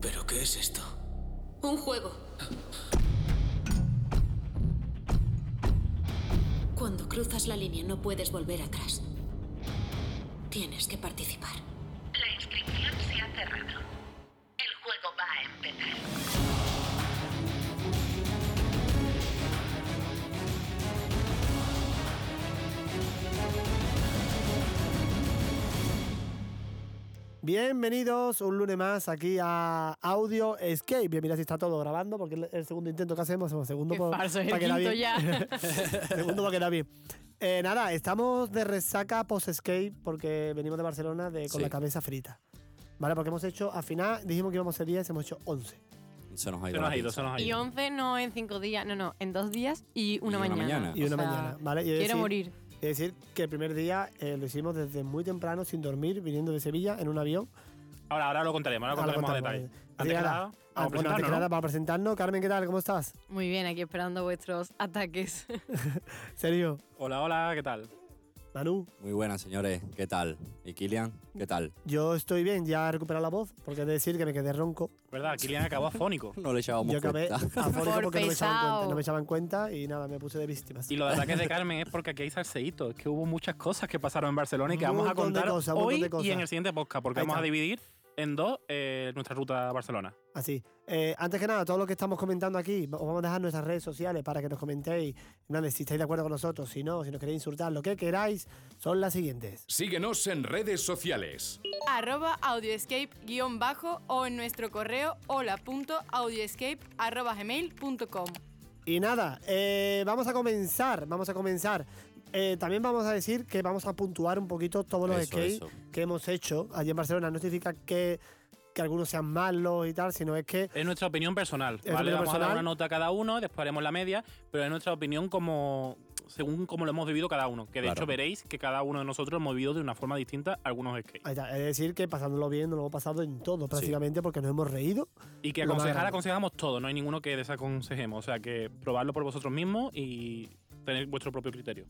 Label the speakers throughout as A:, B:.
A: ¿Pero qué es esto?
B: Un juego. Cuando cruzas la línea no puedes volver atrás. Tienes que participar.
C: La inscripción se ha cerrado. El juego va a empezar.
D: Bienvenidos un lunes más aquí a Audio Escape. Bien, mira si está todo grabando, porque es el segundo intento que hacemos, hacemos segundo
E: Qué
D: por-
E: farsa, es el
D: quedar
E: quinto
D: bien.
E: ya.
D: segundo para quedar bien. Eh, nada, estamos de resaca post escape porque venimos de Barcelona de, con
A: Sí.
D: la cabeza frita. Vale, porque hemos hecho, al final dijimos que íbamos a ser 10, hemos hecho 11.
F: Se nos ha
G: Se
F: ido.
G: nos
F: la
G: ha ido,
F: pinza.
G: se nos ha
E: Y
G: ido.
E: 11 no en 5 días, no, no, en 2 días y una
F: Y una
E: mañana.
F: mañana.
D: Y
E: O
D: una
E: sea,
D: mañana, ¿vale? Y he de
E: Quiero
D: decir-
E: morir.
D: he de decir que el primer día eh, lo hicimos desde muy temprano, sin dormir, viniendo de Sevilla en un avión.
G: Ahora, ahora lo contaremos, ahora lo
D: Ahora
G: contaremos a
D: contamos,
G: detalle.
D: vale. Así
G: Antes
D: que
G: que
D: nada,
G: nada,
D: ah, bueno, antes
G: vamos
D: que nada,
G: presentando,
D: para presentarnos, Carmen, ¿qué tal? ¿Cómo estás?
E: Muy bien, aquí esperando vuestros ataques.
D: Sergio,
G: Hola, hola, ¿qué tal?
D: Manu.
F: Muy buenas, señores. ¿Qué tal? ¿Y Kilian? ¿Qué tal?
D: Yo estoy bien, ya he recuperado la voz, porque he de decir que me quedé ronco.
G: ¿Verdad? Kilian acabó afónico.
F: No le echábamos
D: Yo acabé
F: cuenta.
D: afónico
E: Por
D: porque no me, echaban
E: pesao.
D: cuenta, no me echaban cuenta y nada, me puse de víctimas.
G: Y lo de ataques de Carmen es porque aquí hay salseíto. Es que hubo muchas cosas que pasaron en Barcelona y que
D: Un
G: vamos a
D: montón de
G: contar
D: cosas, un montón
G: hoy
D: de cosas.
G: y en el siguiente podcast, porque
D: Ahí
G: vamos a
D: está.
G: dividir en dos eh, nuestra ruta a Barcelona.
D: Así. Eh, antes que nada, todo lo que estamos comentando aquí, os vamos a dejar nuestras redes sociales para que nos comentéis, en plan de si estáis de acuerdo con nosotros, si no, si nos queréis insultar, lo que queráis, son las siguientes.
H: Síguenos en redes sociales.
I: arroba audioescape guión bajo o en nuestro correo hola.audioescape arroba gmail.com.
D: Y nada, eh, vamos a comenzar, vamos a comenzar. Eh, también vamos a decir que vamos a puntuar un poquito todos los
F: Eso,
D: skates
F: eso.
D: que hemos hecho allí en Barcelona. No significa que, que algunos sean malos y tal, sino es que
G: Es nuestra opinión personal,
D: Es
G: ¿vale?
D: opinión
G: Vamos a
D: personal.
G: dar una nota a cada uno, después haremos la media, pero es nuestra opinión como según como lo hemos vivido cada uno. Que de
F: Claro.
G: hecho veréis que cada uno de nosotros hemos vivido de una forma distinta algunos skates.
D: Ahí está, Es decir, que pasándolo bien, nos lo hemos pasado en todo prácticamente porque nos hemos reído.
G: Y que
D: Lo más
G: aconsejar,
D: grande.
G: aconsejamos todo, no hay ninguno que desaconsejemos. O sea, que probarlo por vosotros mismos y tener vuestro propio criterio.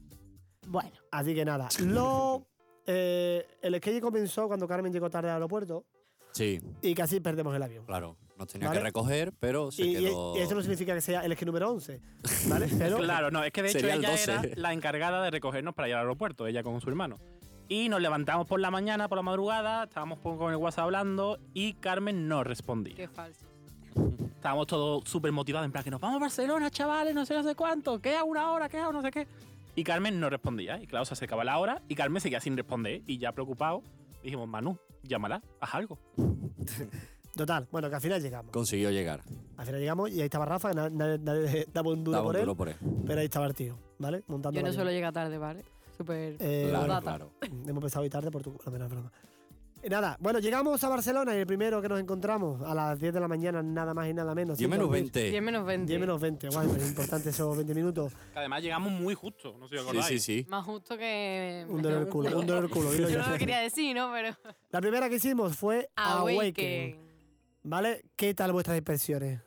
E: Bueno,
D: Así que nada, lo, eh, el skate comenzó cuando Carmen llegó tarde al aeropuerto
F: Sí,
D: y casi perdemos el avión.
F: claro. Nos tenía
D: Vale.
F: que recoger, pero se
D: Y, y-
F: quedó.
D: y eso no significa que sea el skate número 11, ¿vale? Pero
G: claro, no, es que de hecho
F: Sería el
G: ella era
F: 12.
G: la encargada de recogernos para ir al aeropuerto, ella con su hermano. Y nos levantamos por la mañana, por la madrugada, estábamos con con el WhatsApp hablando y Carmen no respondía.
E: qué falso.
G: Estábamos todos súper motivados, en plan que nos vamos a Barcelona, chavales, no sé, no sé cuánto, queda una hora, queda no sé qué. Y Carmen no respondía. ¿eh? Y claro, se acercaba la hora y Carmen seguía sin responder. Y ya preocupado, dijimos, Manu, llámala, haz algo.
D: total, bueno, que al final llegamos.
F: Consiguió llegar.
D: Al final llegamos y ahí estaba Rafa, que na- nadie, nadie daba un duro
F: Daba
D: por
F: un
D: él,
F: duro por él.
D: pero ahí estaba el tío, ¿vale? Montando
E: Yo no
D: el
E: suelo
D: avión.
E: llegar tarde, ¿vale? Súper.
D: Eh,
F: claro,
D: bueno,
E: Data.
F: claro.
D: Hemos empezado hoy tarde por tu culpa, no, no, es broma. Eh, Nada, bueno, llegamos a Barcelona y el primero que nos encontramos a las 10 de la mañana, nada más y nada menos.
F: 10 menos
D: 120.
F: 20.
E: 10 menos 20.
D: 10 menos 20, guay, pero es importante esos 20 minutos.
G: Que además llegamos muy justo, no sé si os
F: Sí,
G: acordáis.
F: sí, sí.
E: Más justo que.
D: Un dolor al culo, un dolor al culo, dilo
E: yo
D: yo.
E: no lo quería decir, ¿no? Pero.
D: La primera que hicimos fue Awaken.
E: Awaken.
D: ¿Vale? ¿Qué tal vuestras impresiones?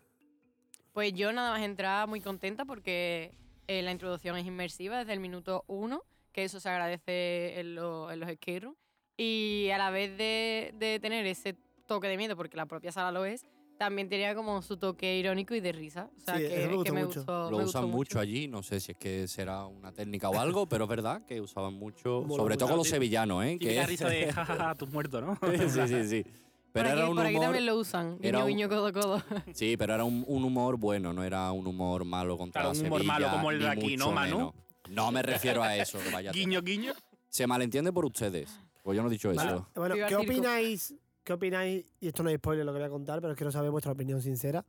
E: Pues yo nada más entraba muy contenta porque eh, la introducción es inmersiva desde el minuto uno, que eso se agradece en, lo- en los skate rooms. Y a la vez de, de tener ese toque de miedo, porque la propia sala lo es, también tenía como su toque irónico y de risa. O sea,
D: Sí,
E: que,
D: eso me
E: que
D: gustó
E: me
D: mucho.
E: gustó.
F: Lo
E: me
F: usan
E: gustó
F: mucho allí, no sé si es que será una técnica o algo, pero es verdad que usaban mucho,
D: Mola
F: sobre
D: mucho.
F: todo con los sevillanos, ¿eh?
G: Típica
F: Que-
G: risa de jajaja, tú muerto, ¿no?
F: sí, sí, sí. Pero
E: por
F: era
E: aquí,
F: un
E: por aquí
F: humor-
E: también lo usan,
F: era
E: guiño, guiño,
F: un-
E: codo, codo.
F: Sí, pero era un, un humor bueno, no era un humor malo contra
G: Claro, un humor
F: Sevilla,
G: malo como el de
F: ni
G: aquí, ¿no,
F: mucho
G: Manu?
F: menos. No me refiero a eso, que vaya.
G: guiño, guiño.
F: Se malentiende por ustedes. Pues yo no he dicho
D: Vale,
F: eso.
D: Bueno,
E: Viva
D: ¿qué
E: el circo.
D: opináis? ¿Qué opináis? Y esto no es spoiler lo que voy a contar, pero quiero saber vuestra opinión sincera.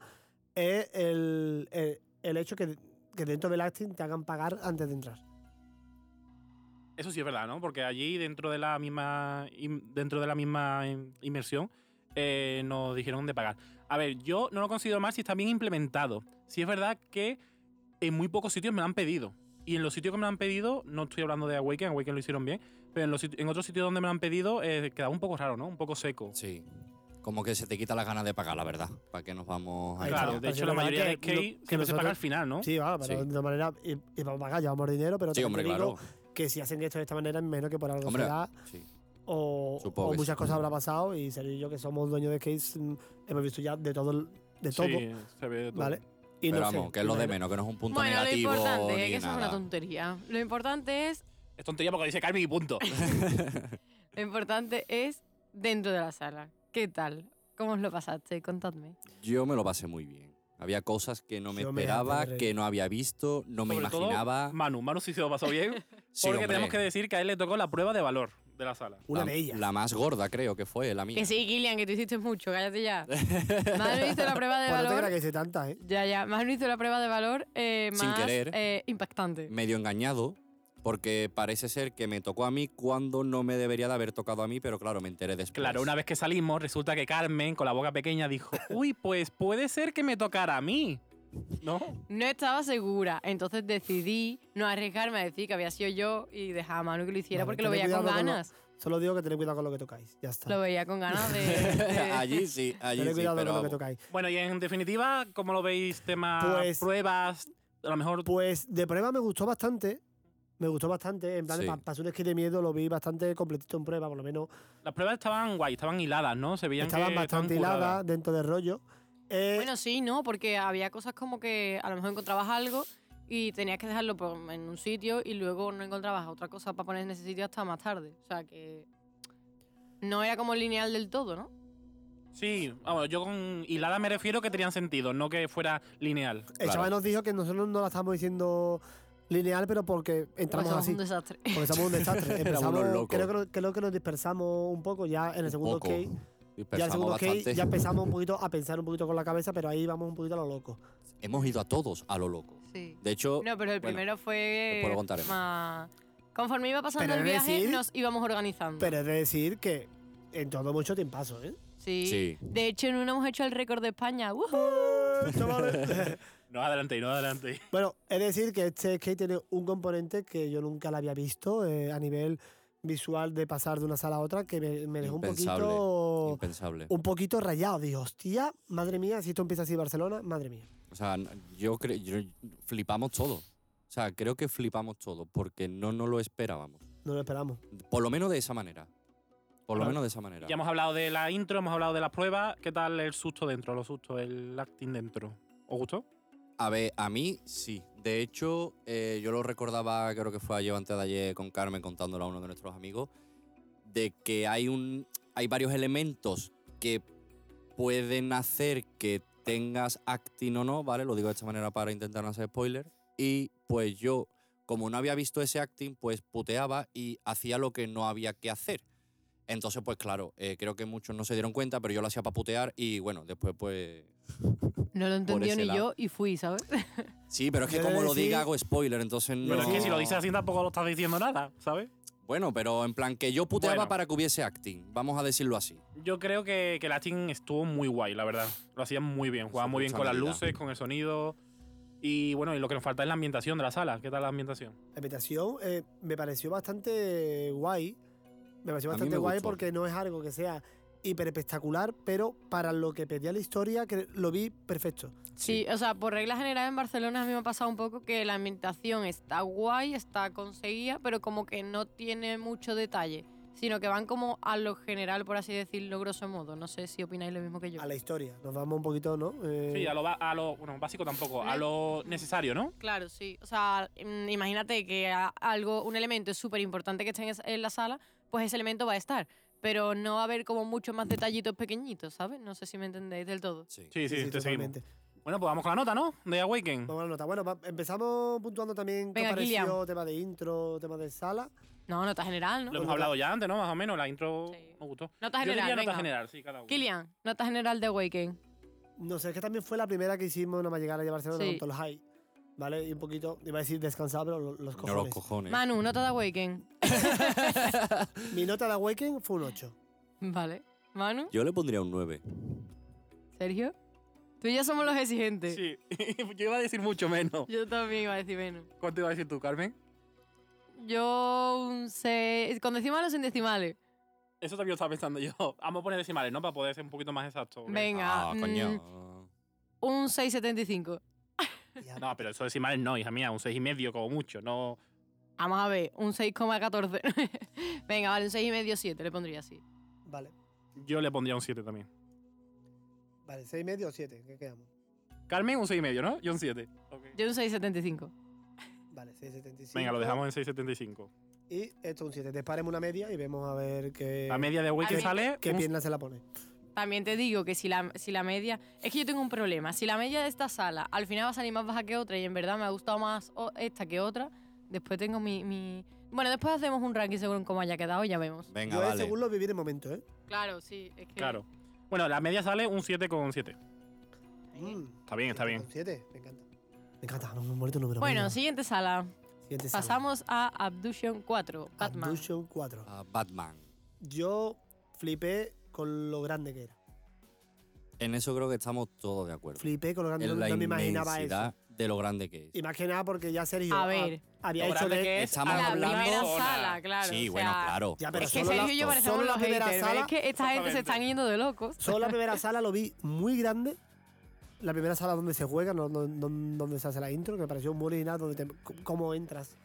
D: Es el, el, el hecho que, que dentro del acting te hagan pagar antes de entrar.
G: Eso sí es verdad, ¿no? Porque allí dentro de la misma im- dentro de la misma im- inmersión eh, nos dijeron de pagar. A ver, yo no lo considero mal si está bien implementado. Sí es verdad que en muy pocos sitios me lo han pedido. Y en los sitios que me lo han pedido, no estoy hablando de Awaken, Awaken lo hicieron bien, pero en, los, sit- en otros sitios donde me lo han pedido eh, quedaba un poco raro, ¿no? Un poco seco.
F: Sí. Como que se te quita las ganas de pagar, la verdad. ¿Para qué nos vamos a
D: Ahí
G: claro,
D: está.
G: de
D: Así
G: hecho la
D: es verdad
G: mayoría de
D: que lo-
G: skate
D: que
G: siempre se
D: nosotros-
G: paga al final, ¿no?
D: Sí, va, pero
F: Sí.
D: de una manera. Y, y vamos a pagar, llevamos dinero, pero
F: Sí,
D: también
F: hombre,
D: te digo
F: claro.
D: que si hacen esto de esta manera, menos que por algo
F: Hombre,
D: será.
F: sí.
D: o, o
F: Supongo que
D: muchas
F: sí.
D: cosas habrá pasado y Sergio y yo, que somos dueños de Case, mm, hemos visto ya de todo, el- de todo
G: Sí, se ve de todo.
D: ¿vale? Y
F: Pero
D: no sé,
F: vamos, que es lo de
D: imagina-
F: menos, que no es un punto
E: Bueno, lo
F: negativo
E: importante es
F: ni
E: que eso es una
F: nada.
E: tontería. Lo importante es,
G: Es tontería porque dice Carmen y punto.
E: lo importante es dentro de la sala. ¿Qué tal? ¿Cómo os lo pasaste? Contadme.
F: Yo me lo pasé muy bien. Había cosas que no me
D: Yo me
F: esperaba,
D: harté de
F: que
D: reír.
F: no había visto, no me
G: Sobre todo,
F: imaginaba.
G: Manu, Manu sí se lo pasó bien.
F: Sí,
G: Porque
F: hombre,
G: tenemos que decir que a él le tocó la prueba de valor de la sala.
D: Una
F: la,
D: de ellas.
F: La más gorda, creo que fue, la mía.
E: Que sí, Kilian, que tú hiciste mucho, cállate ya. Más no hizo la prueba de
D: Pues no te creas
E: valor.
D: que hice tantas, ¿eh?
E: Ya, ya. Más no hizo la prueba de valor eh,
F: Sin
E: más
F: querer.
E: eh, impactante.
D: Mm.
F: medio engañado porque parece ser que me tocó a mí cuando no me debería de haber tocado a mí, pero claro, me enteré después.
G: Claro, una vez que salimos, resulta que Carmen, con la boca pequeña, dijo: Uy, pues puede ser que me tocara a mí. ¿No?
E: No estaba segura, entonces decidí no arriesgarme a decir que había sido yo y dejar a Manu que lo hiciera
D: Vale,
E: porque lo
D: tened
E: veía con
D: cuidado con lo-
E: ganas.
D: Solo digo que tened cuidado con lo que tocáis. Ya está.
E: Lo veía con ganas de. de-
F: allí sí, allí
D: Tened
F: sí,
D: cuidado
F: pero
D: con lo que
F: vamos.
D: tocáis.
G: Bueno, y en definitiva, ¿cómo lo veis? Tema
D: Pues-
G: pruebas, a lo mejor.
D: Pues de prueba me gustó bastante. Me gustó bastante. En plan,
F: Sí.
D: para un esquí de miedo lo vi bastante completito en prueba, por lo menos.
G: las pruebas estaban guay, estaban hiladas, ¿no? Se veían
D: Estaban
G: que
D: bastante
G: curradas.
D: hiladas dentro del rollo. Eh,
E: Bueno, sí, no, porque había cosas como que a lo mejor encontrabas algo y tenías que dejarlo por- en un sitio y luego no encontrabas otra cosa para poner en ese sitio hasta más tarde. O sea que. No era como lineal del todo, ¿no?
G: Sí, vamos, yo con hilada me refiero que tenían sentido, no que fuera lineal.
D: el chaval nos dijo que nosotros no la estamos diciendo lineal, pero porque entramos
E: Porque somos
D: así.
E: un desastre.
D: Porque somos un desastre. Empezamos,
F: unos locos.
D: creo, que- creo que nos dispersamos un poco ya en el
F: Un
D: segundo
F: poco.
D: skate. Ya el
F: Dispersamos
D: segundo skate
F: bastante.
D: ya empezamos un poquito a pensar un poquito con la cabeza, pero ahí vamos un poquito a lo loco.
F: Hemos ido a todos a lo loco.
E: Sí.
F: De hecho,
E: No, pero el
F: bueno,
E: primero fue.
F: después lo contaremos.
E: más- Conforme iba pasando
D: Pero
E: el
D: he de
E: viaje,
D: decir-
E: nos íbamos
F: Mm.
E: organizando.
D: Pero es de decir que en todo mucho tiempazo, ¿eh?
E: Sí.
F: sí.
E: De hecho, en uno hemos hecho el récord de España. ¡Woohoo!
D: Chavales.
G: No adelante, no adelante.
D: Bueno, es decir que este skate tiene un componente que yo nunca la había visto eh, a nivel visual de pasar de una sala a otra que me, me dejó un
F: Impensable,
D: poquito
F: Impensable.
D: un poquito rayado. Digo, hostia, madre mía, si esto empieza así Barcelona, madre mía.
F: O sea, n- yo creo. Flipamos todo. O sea, creo que flipamos todo porque no nos lo esperábamos.
D: No lo esperamos.
F: Por lo menos de esa manera. Por lo
G: Claro.
F: menos de esa manera.
G: Ya hemos hablado de la intro, hemos hablado de las pruebas. ¿Qué tal el susto dentro, los sustos, el acting dentro? ¿Os gustó?
F: A ver, a mí sí. De hecho, eh, yo lo recordaba, creo que fue ayer o antes de ayer con Carmen contándolo a uno de nuestros amigos, de que hay, un, hay varios elementos que pueden hacer que tengas acting o no, ¿vale? Lo digo de esta manera para intentar no hacer spoiler. Y pues yo, como no había visto ese acting, pues puteaba y hacía lo que no había que hacer. Entonces, pues claro, eh, creo que muchos no se dieron cuenta, pero yo lo hacía para putear y bueno, después pues...
E: No lo entendió
F: ese
E: ni
F: lado.
E: yo y fui, ¿sabes?
F: Sí, pero es que
D: Yo he de
F: como lo
D: decir-
F: diga hago spoiler, entonces no...
G: Pero es que si lo dices así tampoco lo estás diciendo nada, ¿sabes?
F: Bueno, pero en plan que yo puteaba
G: Bueno.
F: para que hubiese acting, vamos a decirlo así.
G: Yo creo que, que el acting estuvo muy guay, la verdad. Lo hacían muy bien, jugaban muy bien con las
F: mucha habilidad.
G: luces, con el sonido. Y bueno, y lo que nos falta es la ambientación de la sala. ¿Qué tal la ambientación?
D: La invitación eh, me pareció bastante guay. Me pareció
F: A mí
D: bastante
F: me
D: guay
F: gustó.
D: porque no es algo que sea hiper espectacular, pero para lo que pedía la historia, que lo vi perfecto.
E: Sí, o sea, por regla general en Barcelona a mí me ha pasado un poco que la ambientación está guay, está conseguida, pero como que no tiene mucho detalle, sino que van como a lo general, por así decirlo, grosso modo. No sé si opináis lo mismo que yo.
D: A la historia. Nos vamos un poquito, ¿no? Eh,
G: Sí, a lo, ba- a lo bueno, básico tampoco, a
E: Ne-
G: lo necesario, ¿no?
E: Claro, sí. O sea, mm, imagínate que a- algo, un elemento es súper importante que esté en, esa- en la sala, pues ese elemento va a estar, pero no va a haber como muchos más detallitos pequeñitos, ¿sabes? No sé si me entendéis del todo.
F: Sí.
G: Sí, sí, te seguimos.
D: totalmente.
G: Bueno, pues vamos con la nota, ¿no? De Awaken.
D: Vamos a la nota. Bueno, va- empezamos puntuando también qué
E: Venga,
D: pareció
E: Kilian.
D: tema de intro, tema de sala.
E: No, nota general,
G: Lo
E: ¿no?
G: hemos hablado ya antes, ¿no? Más o menos, la intro
E: Sí.
G: me gustó.
E: Nota
G: Yo
E: general,
G: diría
E: venga.
G: nota general, sí, cada uno.
E: Kilian, nota general de Awaken.
D: No sé, es que también fue la primera que hicimos nada más llegar a Barcelona
E: Sí.
D: con todos los high. ¿Vale? Y un poquito, iba a decir descansado, pero lo- los
F: No los
D: cojones.
F: cojones.
E: Manu, nota de Awaken.
D: Mi nota de Awaken fue un 8.
E: Vale. Manu,
F: Yo le pondría un 9.
E: Sergio, tú y yo somos los exigentes.
G: Sí, este, yo iba a decir mucho menos.
E: Yo también iba a decir menos.
G: ¿Cuánto iba a decir tú, Carmen?
E: Yo un 6. Con decimales o sin decimales.
G: Eso también lo estaba pensando yo. Vamos a poner decimales, ¿no? Para poder ser un poquito más exacto. porque-
E: Venga.
F: Ah,
E: mm,
F: coño.
E: Un 6,75.
G: No, pero esos decimales no, hija mía, un seis y medio como mucho, no
E: Vamos a ver, un 6,14. Venga, vale, un 6,5, 7, le pondría así.
D: Vale.
G: Yo le pondría un 7 también.
D: Vale, seis y medio o siete, ¿qué quedamos?
G: Carmen, un 6,5, ¿no? Yo un 7.
E: Yo un 6,75.
D: Vale, 6,75.
G: Venga, lo dejamos en 6,75.
D: Y esto un 7. Desparemos una media y vemos a ver qué,
G: La media de Wii
E: a
G: que
E: mí-
G: sale.
D: qué
G: un-
D: pierna se la pone.
E: También te digo que si la, si la media. Es que yo tengo un problema. Si la media de esta sala al final va a salir más baja que otra y en verdad me ha gustado más o- esta que otra, después tengo mi. mi- Bueno, después hacemos un ranking según cómo haya quedado y ya vemos.
F: Venga,
D: Yo es
F: vale.
D: según lo viví en el momento, ¿eh?
E: Claro, sí. Es que
G: Claro. Bueno, la media sale un 7,7.
D: Mm,
G: Está bien, está bien.
D: 7,7, me encanta. Me encanta, no me he muerto número
E: Bueno,
D: medio.
E: siguiente sala.
D: Siguiente sala.
E: Pasamos a Abduction 4, Batman.
D: Abduction 4.
F: Ah, Batman.
D: Yo flipé con lo grande que era.
F: En eso creo que estamos todos de acuerdo.
D: Flipé con lo grande que
F: en la
D: era. No me imaginaba eso.
F: inmensidad de lo grande que es.
D: Y más que nada porque ya Sergio
E: A
D: ha-
E: ver.
D: había
G: Lo
D: hecho
G: grande
D: de...
G: que es
F: Estamos
E: la
F: hablando-
E: primera
G: Zona.
E: sala, claro.
F: sí,
E: o
F: bueno,
E: sea,
F: claro.
D: Ya, pero
E: Es que
D: Solo la-
E: Sergio y yo parecemos
D: solo la
E: los
D: primera
E: haters, pero
D: sala-
E: es que esta gente se
G: Exactamente.
E: están yendo de locos.
D: Solo la primera sala lo vi muy grande. La primera sala donde se juega, no- no- no- donde se hace la intro, que me pareció muy original, donde te- c- cómo entras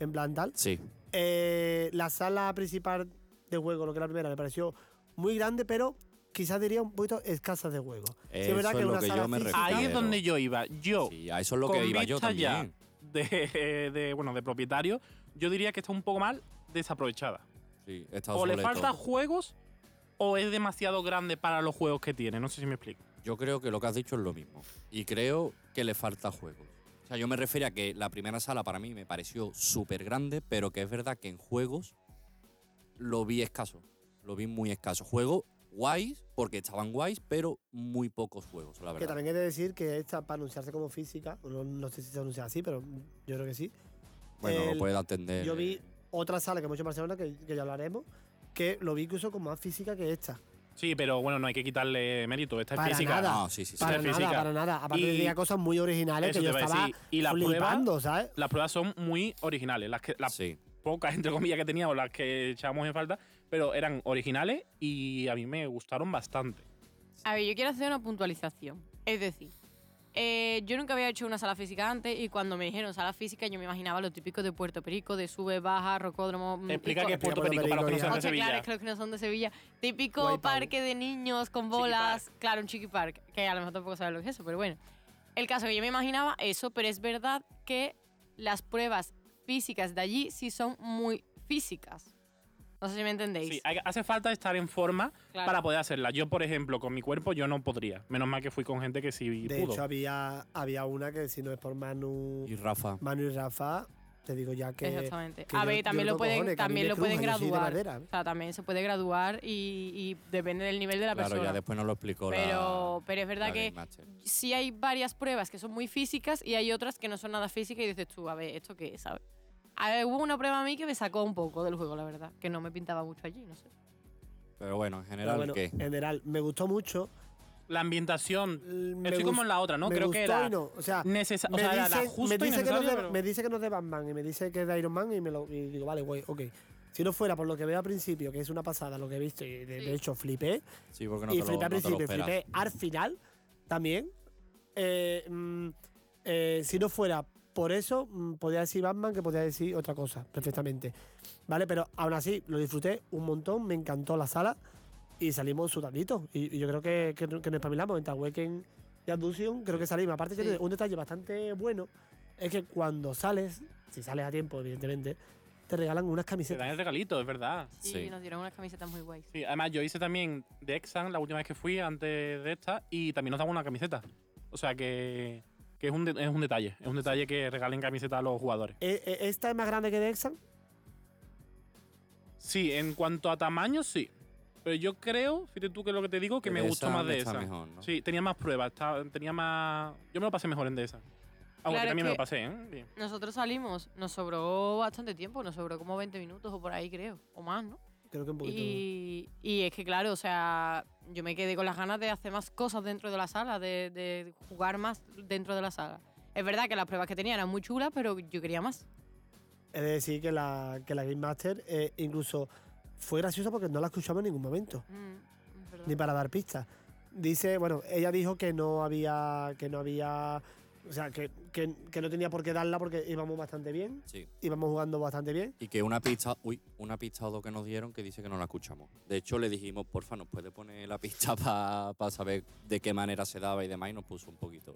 D: en plan tal.
F: Sí.
D: Eh, la sala principal de juego, lo que era la primera, me pareció muy grande, pero quizás diría un poquito escasa de juego.
F: Eso es lo que yo me
D: física-
G: Ahí es
F: Pero-
G: donde yo iba. Yo,
F: Sí, a eso es lo que
G: con
F: iba yo
G: vista ya
F: también.
G: de, de, bueno, de propietario, yo diría que está un poco mal desaprovechada.
F: Sí, está
G: O le
F: obsoleto.
G: faltan juegos o es demasiado grande para los juegos que tiene. No sé si me explico.
F: Yo creo que lo que has dicho es lo mismo. Y creo que le falta juego. O sea, yo me refiero a que la primera sala para mí me pareció súper grande, pero que es verdad que en juegos lo vi escaso. Lo vi muy escaso. Juegos guays, porque estaban guays, pero muy pocos juegos, la
D: Que
F: verdad.
D: también he de decir que esta, para anunciarse como física, no, no sé si se anuncia así, pero yo creo que sí.
F: bueno,
D: el-
F: lo puedes atender.
D: Yo vi
F: eh,
D: otra sala que hemos hecho en Barcelona, que, que ya hablaremos, que lo vi incluso con más física que esta.
G: Sí, pero bueno, no hay que quitarle mérito. Esta es
D: Para
G: física.
D: nada.
F: No, Ah, sí, sí, sí.
D: Para
G: es
D: nada,
G: física.
D: para nada. Aparte
G: Y-
D: tenía cosas muy originales
G: Eso
D: que yo
G: te iba a
D: estaba
G: decir. Y la prueba-
D: flipando, ¿sabes?
G: Las pruebas son muy originales. Las, que, las
F: Sí.
G: pocas, entre comillas, que teníamos, las que echábamos en falta, pero eran originales y a mí me gustaron bastante.
E: A ver, yo quiero hacer una puntualización. Es decir, eh, yo nunca había hecho una sala física antes y cuando me dijeron sala física yo me imaginaba lo típico de Puerto Perico, de sube, baja, rocódromo... mm, y
G: Explica
E: co-
G: qué es Puerto
D: Puerto
G: Perico para los que no
D: Perico
G: sean de
E: Otra, claro,
G: Sevilla.
E: es que los que no son de Sevilla. Típico
D: Guay, Pau.
E: parque de niños con bolas. Claro, un chiqui park. Que a lo mejor tampoco sabe lo que es eso, pero bueno. El caso que yo me imaginaba eso, pero es verdad que las pruebas físicas de allí sí son muy físicas. No sé si me entendéis.
G: Sí, hay- hace falta estar en forma
E: Claro.
G: para poder hacerla. Yo, por ejemplo, con mi cuerpo, yo no podría. Menos mal que fui con gente que sí
D: De
G: pudo.
D: hecho, había, había una que si no es por Manu,
F: Y Rafa.
D: Manu y Rafa, te digo ya que...
E: Exactamente.
D: que
E: a
D: yo-
E: ver,
D: yo
E: también
D: no
E: lo pueden,
D: cojones, que a mí
E: también
D: me
E: lo pueden
D: cruja, yo soy de
E: graduar.
D: madera, ¿eh?
E: o sea, también se puede graduar y, y depende del nivel de la
F: Claro, ya
E: persona.
F: después nos lo explicó la-
E: Pero, pero es
F: la
E: verdad que
F: Game Master.
E: sí hay varias pruebas que son muy físicas y hay otras que no son nada físicas y dices tú, a ver, ¿esto qué es? ¿sabes? A ver, hubo una prueba a mí que me sacó un poco del juego, la verdad, que no me pintaba mucho allí, no sé.
F: Pero bueno, en
D: Pero
F: general,
D: bueno,
F: ¿qué?
D: en general, me gustó mucho.
G: La ambientación.
D: L- me
G: Estoy como en la otra, ¿no?
D: me
G: Creo que
D: gustó
G: era
D: y no, O sea,
G: necesa- o
D: me
G: sea, era la
D: dice,
G: justa
D: me
G: y
D: dice que no es de,
G: necesaria, pero-
D: me dice que no es de Batman y me dice que es de Iron Man y me lo y digo, vale, güey, ok. Si no fuera por lo que veo al principio, que es una pasada lo que he visto y de, de
E: Sí.
D: hecho flipé,
F: Sí, porque no
D: y
F: te lo,
D: flipé al
F: no te lo
D: principio,
F: esperas.
D: flipé al final también. Eh, mm, eh, si no fuera por eso, mm, podía decir Batman que podía decir otra cosa perfectamente. ¿Vale? Pero aún así, lo disfruté un montón, me encantó la sala y salimos sudaditos. Y, y yo creo que, que, que nos espabilamos entre Awaken y Abduction, creo que salimos. Aparte,
E: Sí.
D: tiene un detalle bastante bueno es que cuando sales, si sales a tiempo, evidentemente, te regalan unas
G: Te
D: camisetas.
G: dan el regalito, es verdad.
E: Sí,
F: Sí.
E: nos dieron unas camisetas muy guays.
G: Sí, además yo hice también de Exxon la última vez que fui antes de esta y también nos daban una camiseta. O sea que, que es, un de- es un detalle. Es un detalle que regalen camiseta a los jugadores.
D: Eh, eh, ¿Esta es más grande que Dexan?
G: Sí, en cuanto a tamaño, sí. Pero yo creo, fíjate tú que lo que te digo, que me
F: De
G: gustó
F: esa
G: más de
F: está
G: esa.
F: mejor, ¿no?
G: Sí, tenía más pruebas, estaba- tenía más... Yo me lo pasé mejor en de esa.
E: Claro,
G: Aunque
E: es
G: también me
E: que-
G: lo pasé, ¿eh? Bien.
E: Nosotros salimos, nos sobró bastante tiempo, nos sobró como 20 minutos o por ahí, creo, o más, ¿no?
D: Creo que un poquito.
E: Y, y es que, claro, o sea, yo me quedé con las ganas de hacer más cosas dentro de la sala, de, de jugar más dentro de la sala. Es verdad que las pruebas que tenía eran muy chulas, pero yo quería más.
D: Es decir, que la, que la Game Master eh, incluso fue graciosa porque no la escuchamos en ningún momento,
E: Mm, es verdad.
D: ni para dar pistas. Dice, bueno, ella dijo que no había, que no había O sea, que, que- que no tenía por qué darla porque íbamos bastante bien,
F: Sí.
D: íbamos jugando bastante bien.
F: Y que una pista, uy, una pista o dos que nos dieron que dice que no la escuchamos. De hecho, le dijimos, porfa, nos puede poner la pista para saber de qué manera se daba y demás, y nos puso un poquito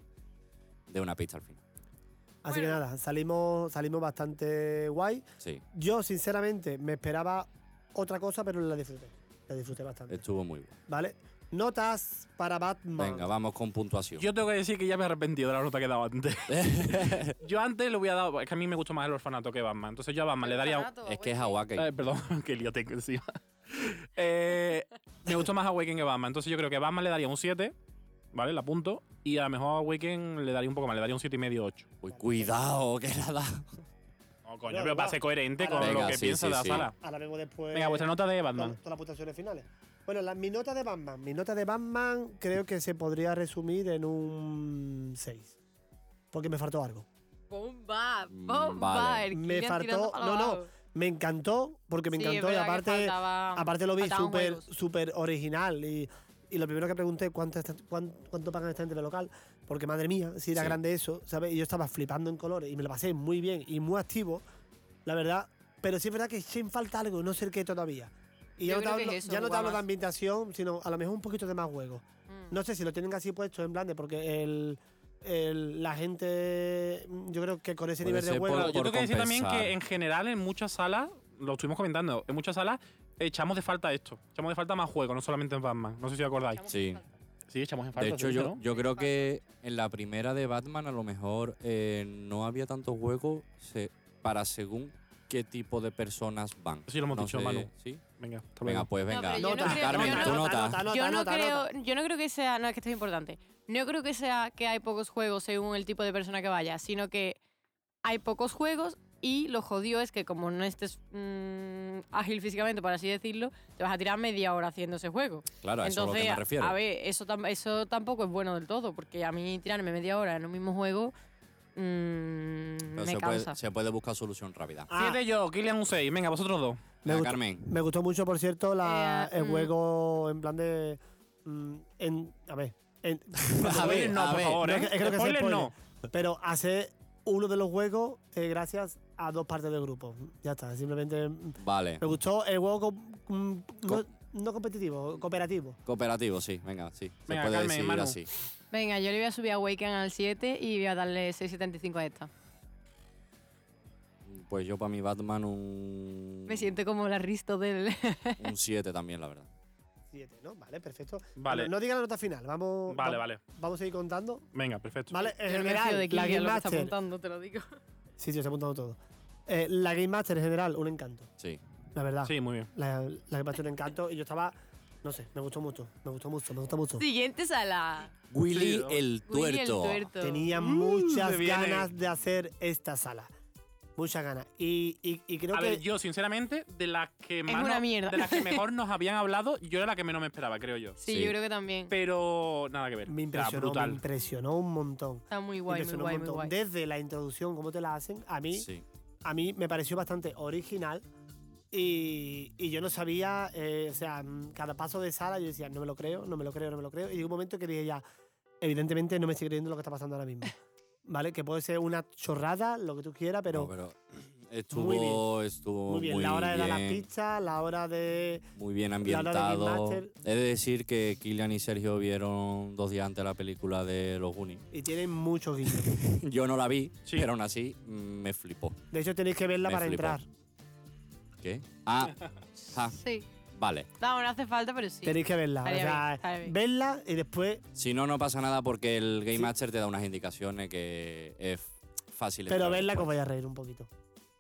F: de una pista al final.
D: Así que
I: Bueno.
D: nada, salimos, salimos bastante guay.
F: Sí,
D: Yo, sinceramente, me esperaba otra cosa, pero la disfruté. La disfruté bastante.
F: estuvo muy bueno.
D: ¿Vale? Notas para Batman.
F: Venga, vamos con puntuación.
G: Yo tengo que decir que ya me he arrepentido de la nota que he dado antes. yo antes le hubiera dado. Es que a mí me gustó más el orfanato que Batman. Entonces yo a Batman le daría. un-
F: es que es Hawake.
G: Eh, perdón, que lío tengo encima. Eh, me gustó más Awaken que Batman. Entonces yo creo que a Batman le daría un 7, ¿vale? La apunto. Y a lo mejor a Awaken le daría un poco más, le daría un 7,5, 8.
F: Uy, cuidado, que la da.
G: No, coño, pero para ser coherente con
D: Venga,
G: lo que
F: sí,
G: piensa
F: sí,
G: la
F: sí.
G: sala.
D: Ahora vengo después.
G: Venga, pues vuestra nota de
D: todas,
G: Batman.
D: todas las puntuaciones finales. Bueno, la- mi nota de Batman. Mi nota de Batman creo que se podría resumir en un 6. Porque me faltó algo.
E: Bomba,
F: Mm,
E: bomba.
F: vale.
E: el
D: Me
E: Kylian tirando
D: faltó-
E: para
D: no, no,
E: abajo.
D: Me encantó, porque me
E: Sí, es
D: encantó. y
E: verdad que
D: aparte,
E: faltaba-
D: aparte lo vi
E: faltaban
D: súper
E: juegos.
D: súper original. Y, y lo primero que pregunté, ¿cuánto, esta- cuán- cuánto pagan esta gente de local? Porque madre mía, si era
F: Sí.
D: grande eso, ¿sabes? Y yo estaba flipando en colores y me lo pasé muy bien y muy activo, la verdad. Pero sí es verdad que sin falta algo, no sé el qué todavía. Y ya
E: Yo
D: no te
E: creo que
D: hablo,
E: es eso,
D: ya no te
E: jugar
D: hablo de
E: más.
D: ambientación, sino a lo mejor un poquito de más juego.
E: Mm.
D: No sé si lo tienen así puesto en plan de porque el, el- la gente, mm, yo creo que con ese
F: Puede
D: nivel de
F: ser
D: juego,
F: por-
G: Yo
F: por-
G: tengo que decir también
F: compensar.
G: que en general en muchas salas, lo estuvimos comentando, en muchas salas echamos de falta esto. Echamos de falta más juego, no solamente en Batman. No sé si os acordáis.
F: Sí.
G: Sí, echamos en falta.
F: De hecho,
G: ¿sí,
F: yo,
G: no?
F: yo creo que en la primera de Batman a lo mejor eh, no había tantos juegos se- para según qué tipo de personas van.
G: Eso ya lo hemos
F: No
G: dicho,
F: sé,
G: Manu.
F: ¿Sí?
G: Venga, hasta
F: Venga,
G: luego.
F: pues venga.
E: pero yo no Nota. creo-
F: Carmen,
E: yo no-
F: tú nota.
E: yo no
D: nota,
E: creo,
D: nota.
E: yo no creo que sea, no es que esto es importante. No creo que sea que hay pocos juegos según el tipo de persona que vaya, sino que hay pocos juegos y lo jodido es que como no estés mm, ágil físicamente, por así decirlo, te vas a tirar media hora haciendo ese juego.
F: Claro, a eso es a lo
E: Entonces,
F: que me
E: a-
F: refiero.
E: a ver, eso, tam- eso tampoco es bueno del todo, porque a mí tirarme media hora en un mismo juego mm, me
F: Pero se, puede,
E: cansa.
F: se puede buscar solución rápida.
D: Ah,
G: Siete yo, Killian un 6. Venga, vosotros dos.
D: Me
F: Venga,
D: gustó-
F: Carmen.
D: Me gustó mucho, por cierto, la,
E: Eh,
D: el
E: mm.
D: juego en plan de. mm, en, a ver. en-
F: A ver,
G: Pues no,
F: a
G: por
F: ver.
G: favor,
D: no,
G: ¿eh?
D: es que- es que no que sea
G: Spoiler, no.
D: pero hace uno de los juegos eh, gracias a dos partes del grupo. Ya está, simplemente. mm,
F: Vale.
D: Me gustó el juego co- mm, no,
F: Co-
D: no competitivo, cooperativo.
F: Cooperativo, sí. Venga, sí. Se
G: Venga,
F: puede
G: Carmen,
F: decir
G: Manu.
F: así.
E: Venga, yo le voy a subir a Waken al 7 y voy a darle 6.75 a esta.
F: Pues yo para mi Batman un...
E: Me siento como el arristo del...
F: Un 7 también, la verdad.
D: Siete, ¿no? Vale, perfecto.
G: Vale.
D: Bueno, no diga la nota final, vamos.
G: Vale,
D: va-
G: vale.
D: Vamos a ir contando.
G: Venga, perfecto.
D: Vale, en
E: Yo no me fío
D: general,
E: de
D: la
E: Kylian,
D: Game
E: lo que está
D: Master.
E: apuntando, te lo digo.
D: Sí, sí, se ha apuntado todo. Eh, la Game Master en general, un encanto,
F: Sí.
D: la verdad.
G: Sí, muy bien.
D: La, la que pasó un encanto y yo estaba, no sé, me gustó mucho, me gustó mucho, me gustó mucho.
E: Siguiente sala.
F: Willy
G: Sí,
F: el tuerto.
E: Willy el tuerto.
D: Tenía
G: Mm,
D: muchas
G: se viene.
D: ganas de hacer esta sala. Muchas ganas. Y, y- y creo
G: A
D: que.
G: ver, yo, sinceramente, de las que más.
E: una
G: no-
E: mierda.
G: De las que mejor nos habían hablado, yo era la que menos me esperaba, creo yo.
E: Sí,
F: Sí.
E: yo creo que también.
G: Pero nada que ver.
D: me
G: Era
D: impresionó, me
G: Ah, brutal.
D: impresionó un montón.
E: Está muy
D: Me
E: guay, muy
D: impresionó
E: guay,
D: un
E: muy
D: montón.
E: guay.
D: Desde la introducción, cómo te la hacen, a mí,
F: Sí.
D: a mí me pareció bastante original. Y, y yo no sabía, eh, o sea, mm, cada paso de sala yo decía, no me lo creo, no me lo creo, no me lo creo. Y llegó un momento que dije ya, evidentemente no me estoy creyendo lo que está pasando ahora mismo. ¿Vale? Que puede ser una chorrada, lo que tú quieras, pero
F: No, pero estuvo,
D: Muy bien.
F: estuvo
D: Muy bien, la hora de dar las
F: bien,
D: pistas, la hora de.
F: muy bien
D: de Game
F: ambientado.
D: Master.
F: He de decir que Kilian y Sergio vieron dos días antes la película de Los Goonies.
D: Y tienen muchos guiños.
F: Yo no la vi,
G: Sí.
F: pero aún así mm, me flipó.
D: De hecho, tenéis que verla
F: Me
D: para
F: flipó.
D: entrar.
F: ¿Qué? Ah, ja,
E: Sí.
F: vale.
E: No, no hace falta, pero sí.
D: Tenéis que verla. O
E: Estaría
D: sea,
E: bien, estaría bien.
D: verla y después.
F: Si no, no pasa nada porque el Game
D: Sí.
F: Master te da unas indicaciones que es fácil.
D: Pero
F: entrar
D: verla que os
F: después.
D: vais a reír un poquito.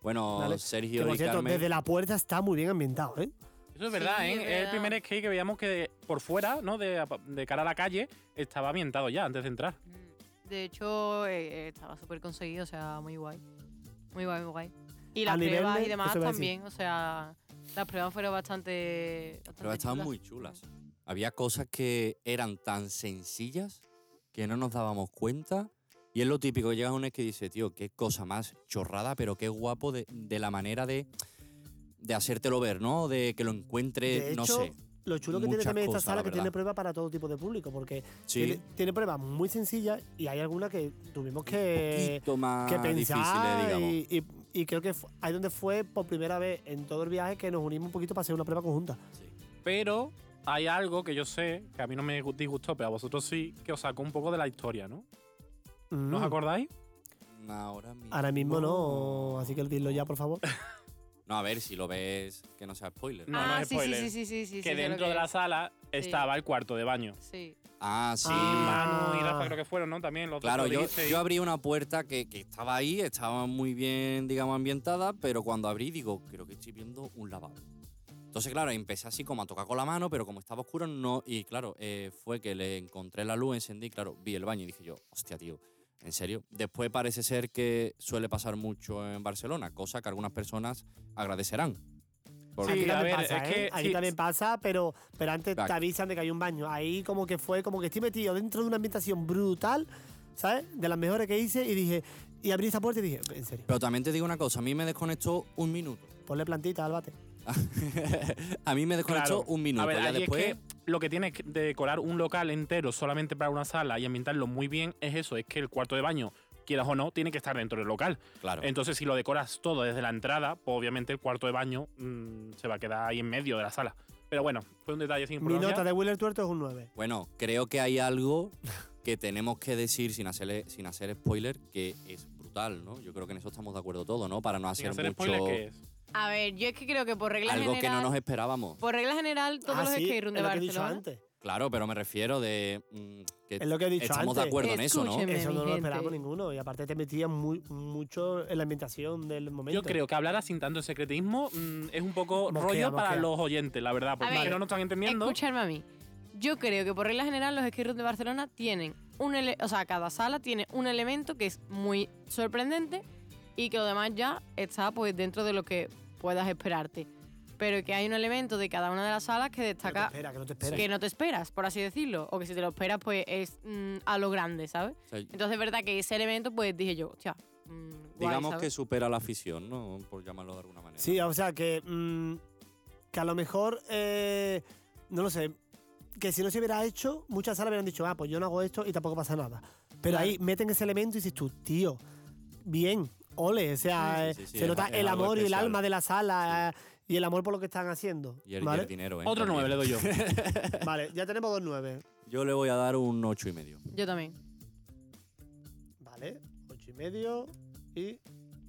F: Bueno,
D: Vale. Que,
F: Sergio
D: por
F: y
D: cierto,
F: Carmen.
D: desde la puerta está muy bien ambientado, ¿eh?
G: Eso es verdad,
E: Sí,
G: ¿eh?
E: es
G: Es el
E: verdad.
G: primer skate que veíamos que de- por fuera, ¿no? De, de cara a la calle, estaba ambientado ya antes de entrar.
E: Mm. De hecho, eh, eh, estaba súper conseguido, o sea, muy guay. Muy guay, muy guay. Y las
D: A nivel
E: pruebas
D: de-
E: y demás
D: eso iba a decir.
E: también, o sea, las pruebas fueron bastante. bastante
F: Pero estaban muy chulas. Había cosas que eran tan sencillas que no nos dábamos cuenta. Y es lo típico, que llegas a un es que dice, tío, qué cosa más chorrada, pero qué guapo de, de la manera de, de hacértelo ver, ¿no? De que lo encuentre,
D: De
F: no
D: hecho,
F: sé.
D: Lo chulo que tiene
F: muchas
D: también
F: cosas,
D: esta sala
F: la
D: que tiene
F: verdad.
D: pruebas para todo tipo de público, porque
F: Sí.
D: tiene, tiene pruebas muy sencillas y hay algunas que tuvimos que,
F: poquito más
D: que
F: difíciles,
D: pensar.
F: digamos.
D: y, y- y creo que fu- ahí donde fue por primera vez en todo el viaje que nos unimos un poquito para hacer una prueba conjunta.
G: Pero hay algo que yo sé, que a mí no me disgustó, pero a vosotros sí, que os sacó un poco de la historia, ¿no? ¿No os
D: Mm.
G: acordáis?
F: Ahora mismo.
D: Ahora mismo
G: Oh.
D: no, así que dilo ya, por favor.
F: No, a ver, si lo ves, que no sea spoiler.
G: No, no
E: ah,
G: es
E: sí, sí,
G: spoiler.
E: sí, sí, sí, sí.
G: que
E: sí, sé lo
G: dentro de la
E: es.
G: sala estaba el cuarto de baño.
E: Sí.
F: Ah, sí.
D: Ah.
G: Manu y Rafa creo que fueron, ¿no? También los dos
F: Claro,
G: que
F: yo,
G: dijisteis.
F: yo abrí una puerta que, que estaba ahí, estaba muy bien, digamos, ambientada, pero cuando abrí digo, creo que estoy viendo un lavabo. Entonces, claro, empecé así como a tocar con la mano, pero como estaba oscuro, no. Y claro, eh, fue que le encontré la luz, encendí, claro, vi el baño y dije yo, hostia, tío, en serio. Después parece ser que suele pasar mucho en Barcelona, cosa que algunas personas agradecerán. Porque-
D: Aquí
G: Sí, a
D: también
G: ver,
D: pasa,
G: es
D: ¿eh?
G: que
D: Aquí
G: sí.
D: también pasa, pero, pero antes
F: Back.
D: te avisan de que hay un baño. Ahí como que fue, como que estoy metido dentro de una ambientación brutal, ¿sabes? De las mejores que hice y dije, y abrí esa puerta y dije, en serio,
F: Pero también te digo una cosa, a mí me desconectó un minuto.
D: ponle plantita al bate.
F: a mí me desconectó
G: Claro.
F: un minuto.
G: A ver,
F: ya
G: allí
F: después.
G: es que lo que tienes que- de decorar un local entero solamente para una sala y ambientarlo muy bien es eso, es que el cuarto de baño, quieras o no, tiene que estar dentro del local.
F: Claro.
G: Entonces, si lo decoras todo desde la entrada, pues obviamente el cuarto de baño mm, se va a quedar ahí en medio de la sala. Pero bueno, fue un detalle sin
D: Mi
G: importancia.
D: nota de Wheeler Tuerto es un 9.
F: Bueno, creo que hay algo que tenemos que decir sin hacer, sin hacer spoiler que es brutal, ¿no? Yo creo que en eso estamos de acuerdo todos, ¿no? Para no
G: sin
F: hacer,
G: hacer
F: mucho
G: spoiler, ¿qué es?
E: A ver, yo es que creo que por regla
F: algo que
E: general.
F: no nos esperábamos.
E: Por regla general, todos
D: Ah,
E: los
D: sí,
E: skate room de
D: es lo que he dicho
E: Barcelona.
D: antes.
F: Claro, pero me refiero de mm, que
D: Es lo que he dicho
F: estamos de
D: antes.
F: acuerdo en eso, ¿no?
E: Escúcheme.
D: Eso
E: Eh, mi
D: no lo
E: gente.
D: esperábamos ninguno. Y aparte te metías muy, mucho en la ambientación del momento.
G: Yo creo que hablar así tanto en secretismo mm, es un poco
D: Mosquea,
G: rollo para
D: mosquea.
G: los oyentes, la verdad, porque
E: ver,
G: es que no nos están entendiendo.
E: Escuchadme a mí. Yo creo que por regla general los skate rooms de Barcelona tienen un ele- o sea, cada sala tiene un elemento que es muy sorprendente y que lo demás ya está pues dentro de lo que puedas esperarte. Pero que hay un elemento de cada una de las salas
D: Que no
E: que
D: te
E: destaca
D: espera, que no te espera.
E: que no te esperas, por así decirlo, o que si te lo esperas pues es mm, a lo grande, ¿sabes?
F: O sea,
E: Entonces es verdad que ese elemento pues dije yo, hostia, mm, guay,
F: digamos
E: ¿sabes?
F: que supera la afición, ¿no? Por llamarlo de alguna manera.
D: Sí, o sea que. mm, que a lo mejor. eh, no lo sé. Que si no se hubiera hecho, muchas salas hubieran dicho, ah, pues yo no hago esto y tampoco pasa nada. Pero ahí meten ese elemento y dices tú, tío, bien, ole. O sea,
F: Sí, sí, sí,
D: eh,
F: sí,
D: se
F: es-
D: nota
F: es
D: el
F: algo
D: amor y el
F: especial.
D: alma de la sala eh, y el amor por lo que están haciendo.
F: Y el, y
D: ¿vale?
F: el dinero, ¿eh?
G: Otro
F: También.
G: 9 le doy yo.
D: Vale, ya tenemos dos nueve.
F: Yo le voy a dar un ocho y medio.
E: Yo también.
D: Vale, ocho y medio y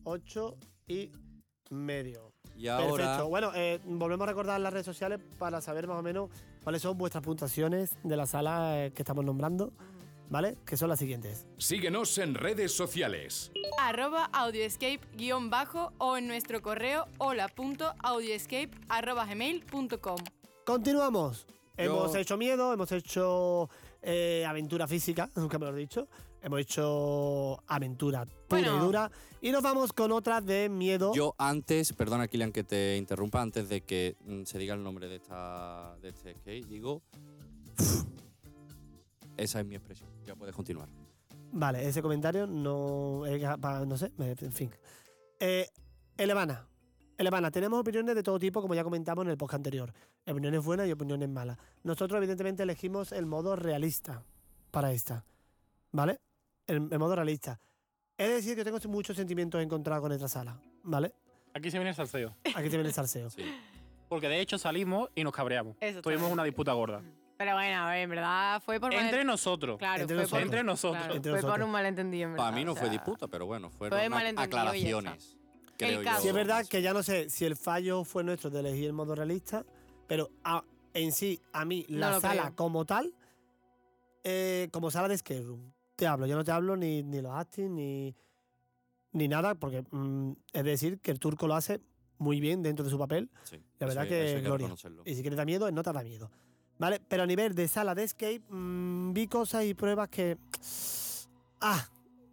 D: ocho y medio.
F: Y ahora.
D: Perfecto. Bueno, eh, volvemos a recordar las redes sociales para saber más o menos cuáles son vuestras puntuaciones de la sala eh, que estamos nombrando, ¿vale? Que son las siguientes.
H: Síguenos en redes sociales.
I: arroba audioescape-bajo o en nuestro correo hola.audioescape.gmail.com
D: Continuamos. Hemos
F: Yo-
D: hecho miedo, hemos hecho eh, aventura física, nunca me lo he dicho. Hemos hecho aventura pura y
E: Bueno.
D: dura. Y nos vamos con otra de miedo.
F: Yo antes, perdona Kilian que te interrumpa, antes de que mm, se diga el nombre de, esta, de este skate, digo... Esa es mi expresión, ya puedes continuar.
D: Vale, ese comentario no. es pa- No sé, me- en fin. Eh, Elevana. Elevana, tenemos opiniones de todo tipo, como ya comentamos en el podcast anterior. Opiniones buenas y opiniones malas. Nosotros, evidentemente, elegimos el modo realista para esta. ¿Vale? El, el modo realista. Es decir, que tengo muchos sentimientos encontrados con esta sala. ¿vale?
G: Aquí se viene el salseo.
D: Aquí te viene el salseo.
F: Sí.
G: Porque de hecho salimos y nos cabreamos.
E: Exactamente.
G: Tuvimos una disputa gorda.
E: Pero bueno, a ver, en verdad fue por mal-
G: Entre nosotros.
E: Claro,
D: Entre
E: fue
D: nosotros.
E: por-
G: Entre nosotros.
E: claro,
D: Entre
E: fue por
D: nosotros.
E: un malentendido. en verdad,
F: Para mí no
E: o
F: fue
E: sea,
F: disputa, pero bueno, fueron
E: fue
F: ac-
E: malentendido y ya está.
F: aclaraciones. creo
E: caso.
F: yo,
D: Sí, es verdad
F: más.
D: que ya no sé si el fallo fue nuestro de elegir el modo realista, pero a- en sí, a mí,
E: No
D: la
E: lo
D: sala
E: creo.
D: como tal, eh, como sala de skate room, te hablo. Yo no te hablo ni, ni los acting ni, ni nada, porque mm, es decir, que el turco lo hace muy bien dentro de su papel.
F: Sí,
D: La verdad
F: eso-
D: que
F: eso hay
D: gloria.
F: reconocerlo.
D: Y si quieres da miedo, no te da miedo. ¿Vale? Pero a nivel de sala de skate, mm, vi cosas y pruebas que. Ah,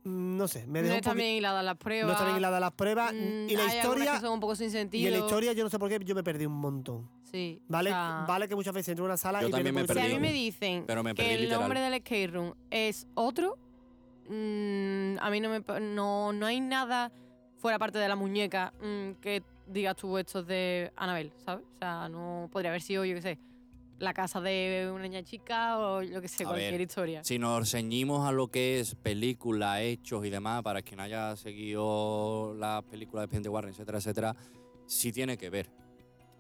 D: mm, no sé, me
E: no
D: dejó un
E: están
D: poqui-
E: bien hiladas las pruebas.
D: no está bien hilada las pruebas.
E: mm,
D: y la
E: hay algunas
D: historia.
E: que son un poco sin
D: Y
E: sentido.
D: en la historia, yo no sé por qué, yo me perdí un montón.
E: Sí. o
D: Vale,
E: sea,
D: vale que muchas veces entro en una sala
F: Yo
D: y
F: también me
E: Si
D: pierdo
E: a
F: perdí.
E: mí
D: mucho-
E: me dicen
F: Pero me perdí
E: que el
F: literal.
E: nombre del escape room es otro, mm, a mí no me. pa- No, no hay nada fuera parte de la muñeca mm, que digas tú esto es de Anabel, ¿sabes? O sea, no podría haber sido, yo qué sé, la casa de una niña chica o yo que sé,
F: A
E: cualquier
F: ver,
E: historia.
F: Si nos ceñimos a lo que es película, hechos y demás, para quien haya seguido las películas de Penny Warren, etcétera, etcétera, sí tiene que ver.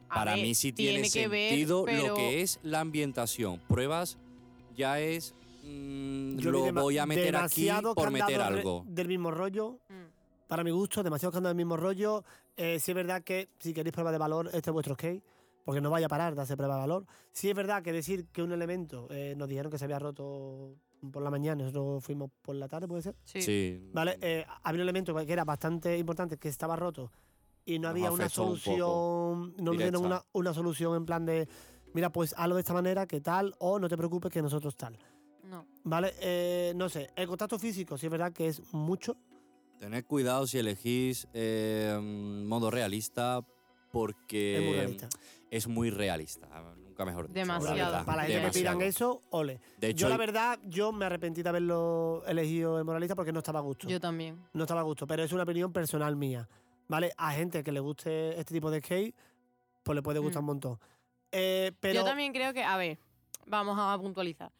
E: A
F: para
E: ver,
F: mí sí tiene,
E: que ver,
F: sentido lo
E: pero-
F: que es la ambientación. Pruebas ya es. mm,
D: Yo vi
F: lo
D: dema-
F: voy a meter aquí
D: demasiado
F: por
D: candado
F: meter
D: re-
F: algo.
D: Del mismo rollo.
E: Mm.
D: Para mi gusto, demasiado candado del mismo rollo. Eh, sí es verdad que si queréis prueba de valor, este es vuestro skate. Porque no vaya a parar de hacer prueba de valor. Sí es verdad que decir que un elemento eh, nos dijeron que se había roto por la mañana, nosotros fuimos por la tarde, puede ser.
E: Sí.
F: Sí.
D: Vale, eh, había un elemento que era bastante importante que estaba roto y no
F: Nos
D: había una
F: afectó un poco,
D: solución, no
F: directa.
D: dieron una, una solución en plan de, mira, pues hazlo de esta manera, que tal, o no te preocupes que nosotros tal.
E: No.
D: Vale, eh, no sé, el contacto físico, sí es verdad que es mucho.
F: Tened cuidado si elegís eh, modo realista, porque.
D: es muy realista.
F: es muy realista, nunca mejor dicho. la
E: Demasiado.
F: verdad.
D: Para la gente que pidan
F: Demasiado.
D: eso, ole.
F: De hecho,
D: yo la verdad, yo me arrepentí de haberlo elegido en moralista porque no estaba a gusto.
E: Yo también.
D: no estaba a gusto, pero es una opinión personal mía. ¿Vale? A gente que le guste este tipo de skate, pues le puede gustar
E: Mm.
D: un montón. Eh, pero
E: Yo también creo que, a ver, vamos a puntualizar.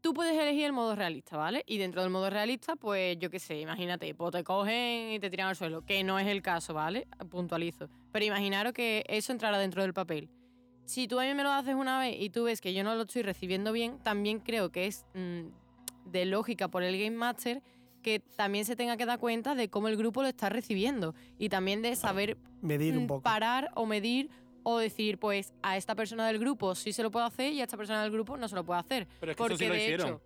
E: Tú puedes elegir el modo realista, ¿vale? Y dentro del modo realista, pues yo qué sé, imagínate, pues te cogen y te tiran al suelo, que no es el caso, ¿vale? Puntualizo. Pero imaginaros que eso entrara dentro del papel. Si tú a mí me lo haces una vez y tú ves que yo no lo estoy recibiendo bien, también creo que es mm, de lógica por el Game Master que también se tenga que dar cuenta de cómo el grupo lo está recibiendo y también de saber
D: medir un
E: mm,
D: poco.
E: parar o medir o decir, pues a esta persona del grupo sí se lo puede hacer y a esta persona del grupo no se lo puede hacer.
G: Pero es que
E: Porque
G: eso sí lo
E: de
G: hicieron.
E: hecho,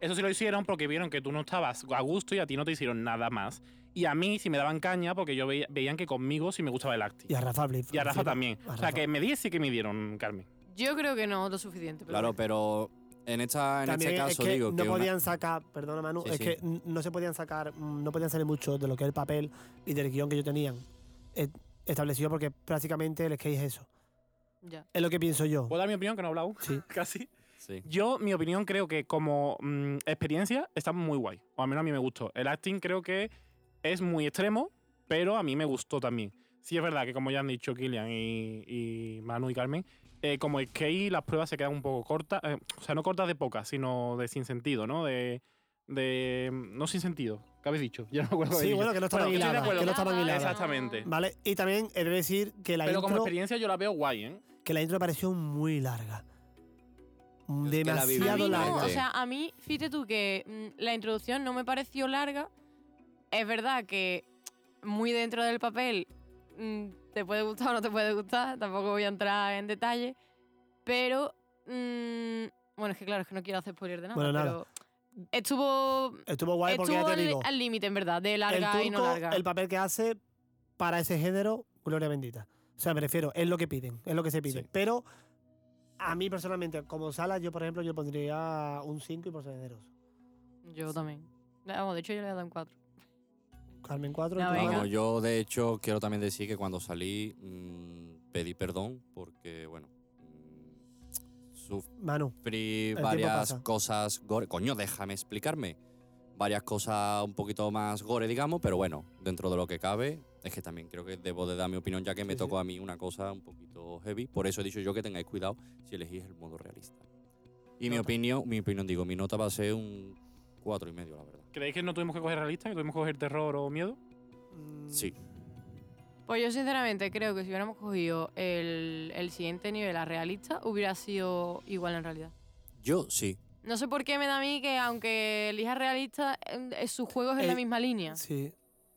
G: Eso sí lo hicieron porque vieron que tú no estabas a gusto y a ti no te hicieron nada más. Y a mí sí me daban caña porque yo veía- veían que conmigo sí me gustaba el acting.
D: Y a Rafa Blip-
G: Y a Rafa
D: flipa.
G: también.
D: A
G: O sea,
D: Rafa.
G: que me di sí que me dieron, Carmen.
E: yo creo que no lo suficiente. Pero
F: claro,
E: bueno.
F: pero en, esta, en
D: También
F: este
D: es
F: caso
D: que
F: digo
D: no
F: que una-
D: podían sacar, perdona Manu,
F: Sí,
D: es
F: sí.
D: que n- no se podían sacar, mm, no podían salir mucho de lo que es el papel y del guión que yo tenían eh, establecido porque prácticamente el skate es eso.
E: Ya.
D: Es lo que pienso yo.
G: ¿Puedo dar mi opinión que no he hablado?
D: Sí.
G: Casi.
F: sí.
G: Yo, mi opinión, creo que como mm, experiencia está muy guay. O al menos a mí me gustó. El acting creo que es muy extremo, pero a mí me gustó también. Sí es verdad que como ya han dicho Kilian y, y Manu y Carmen, eh, como es que ahí las pruebas se quedan un poco cortas. eh, o sea, no cortas de pocas, sino de sin sentido, ¿no? De... de mm, no sin sentido. ¿Qué habéis dicho? Ya no me acuerdo.
D: Sí,
G: de
D: bueno, que no estaban
G: Bueno, que estoy de
D: hiladas,
G: acuerdo.
D: que no estaban
E: Ah,
D: hiladas.
G: Exactamente.
D: Vale, y también he de decir que la
G: Pero como
D: intro
G: experiencia yo la veo guay, ¿eh?
D: que la intro me pareció muy larga.
F: es que la viví
E: A
D: Demasiado
E: mí no,
D: larga.
E: o
F: Claramente.
E: sea, a mí, fíjate tú que mm, la introducción no me pareció larga. Es verdad que muy dentro del papel mm, te puede gustar o no te puede gustar, tampoco voy a entrar en detalle, pero... mm, bueno, es que claro, es que no quiero hacer spoiler de nada,
D: Bueno, nada.
E: pero estuvo...
D: Estuvo guay porque ya
E: estuvo
D: te
E: al-
D: digo.
E: al límite, en verdad, de larga
D: el
E: y no
D: turco,
E: larga.
D: el papel que hace para ese género, gloria bendita. O sea, me refiero, es lo que piden, es lo que se pide.
G: Sí.
D: Pero a mí personalmente, como sala, yo por ejemplo, yo pondría un 5 y por ser generoso.
E: Yo también. Vamos, Ah, de hecho yo le he dado un 4.
D: Carmen 4.
E: No, venga.
F: Vamos, yo de hecho quiero también decir que cuando salí mm, pedí perdón porque, bueno, mm,
D: Manu,
F: sufrí
D: tiempo
F: varias
D: pasa.
F: cosas gore. Coño, déjame explicarme. Varias cosas un poquito más gore, digamos, pero bueno, dentro de lo que cabe, es que también creo que debo de dar mi opinión ya que me
D: Sí, sí.
F: tocó a mí una cosa un poquito heavy. Por eso he dicho yo que tengáis cuidado si elegís el modo realista. Y mi
D: Nota.
F: opinión, mi opinión digo, mi nota va a ser un cuatro y medio, la verdad.
G: ¿Creéis que no tuvimos que coger realista? ¿Que tuvimos que coger terror o miedo?
D: mm,
F: Sí.
E: Pues yo sinceramente creo que si hubiéramos cogido el, el siguiente nivel a realista, hubiera sido igual en realidad.
F: Yo sí,
E: No sé por qué me da a mí que aunque elija realista, eh, eh, sus juegos en la
D: Eh,
E: misma línea.
D: Sí.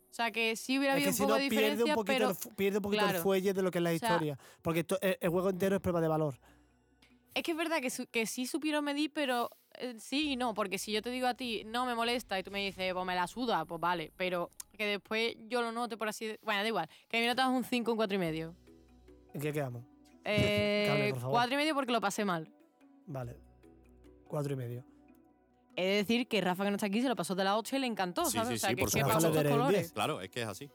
E: O sea que sí
D: Es
E: hubiera habido
D: que
E: un
D: si
E: poco
D: no,
E: de
D: pierde un
E: diferencia,
D: poquito,
E: pero
D: el, fu- pierde un poquito
E: claro.
D: el fuelle de lo que es la
E: O sea,
D: historia. Porque esto- eh, el, el juego entero es prueba de valor.
E: es que es verdad que, su- que sí supieron medir, pero eh, sí y no, porque si yo te digo a ti, no me molesta, y tú me dices, pues me la suda, pues vale, pero que después yo lo note por así... de- Bueno, da igual, que mi nota es un 5, un 4 y medio.
D: ¿En qué quedamos? Carmen,
E: Eh,
D: por favor.
E: 4 y medio porque lo pasé mal.
D: Vale. Cuatro y medio.
E: He de decir que Rafa, que no está aquí, se lo pasó de la 8 y le encantó,
F: Sí,
E: ¿sabes?
F: sí,
E: o sea,
F: sí,
E: que,
F: por
E: que
F: supuesto.
E: para gustos
D: Rafa le daré el
E: colores.
F: Claro, es que es así.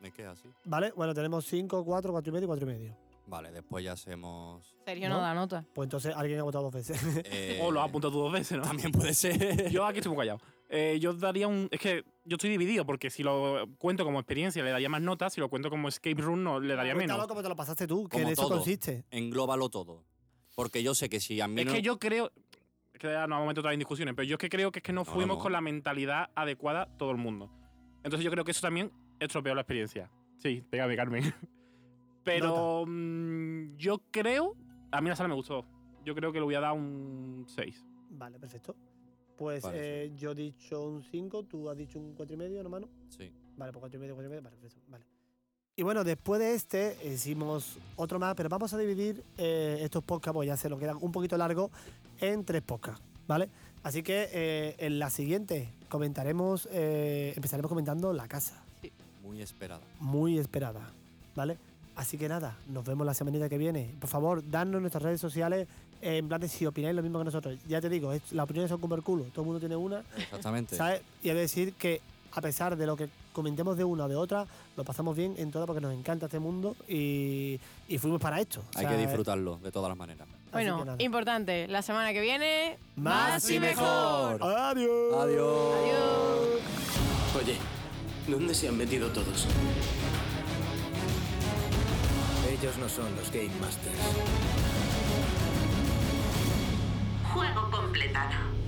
F: Es que es así.
D: Vale, bueno, tenemos 5, 4, 4 y medio, 4 y medio.
F: Vale, después ya hacemos.
E: Sergio no,
D: ¿No?
E: da nota.
D: Pues entonces alguien ha votado dos veces.
F: eh,
G: O lo has apuntado tú dos veces, ¿no?
F: También puede ser.
G: Yo aquí estoy muy callado. Eh, yo daría un. Es que yo estoy dividido porque si lo cuento como experiencia le daría más notas, si lo cuento como escape room no, le daría
D: Cuéntalo
G: menos.
D: como te lo pasaste tú, que
F: Como
D: en eso
F: todo.
D: consiste.
F: Englóbalo todo. Porque yo sé que si a mí
G: Es
F: no-
G: que yo creo. Es que ya no hay momento de entrar en discusiones, pero yo es que creo que es que no
F: no,
G: fuimos
F: no.
G: con la mentalidad adecuada todo el mundo. Entonces yo creo que eso también estropeó la experiencia. Sí, pégame, Carmen. Pero mm, yo creo. A mí la sala me gustó. Yo creo que le voy a dar un 6.
D: Vale, perfecto. Pues
F: Vale,
D: eh, yo he dicho un 5, tú has dicho un 4,5, hermano.
F: Sí.
D: Vale, pues 4,5, 4,5, vale, perfecto. Vale. Y bueno, después de este hicimos otro más, pero vamos a dividir eh, estos podcasts, porque ya se nos quedan un poquito largo, en tres podcasts, ¿vale? Así que eh, en la siguiente comentaremos, eh, empezaremos comentando la casa
F: Muy esperada.
D: muy esperada, ¿vale? Así que nada, nos vemos la semanita que viene. Por favor, danos nuestras redes sociales eh, en plan de si opináis lo mismo que nosotros. Ya te digo, es- las opiniones son como el culo, todo el mundo tiene una,
F: Exactamente.
D: ¿sabes? Y he de decir que a pesar de lo que comentemos de una o de otra, lo pasamos bien en todas porque nos encanta este mundo y, y fuimos para esto. O
F: Hay
D: sea,
F: que disfrutarlo de todas las maneras.
D: así que
E: Bueno,
D: nada.
E: importante, la semana que viene.
D: Más y
E: mejor.
D: Adiós.
F: Adiós.
E: Adiós.
A: Oye, ¿dónde se han metido todos?
J: Ellos no son los Game Masters.
C: Juego completado.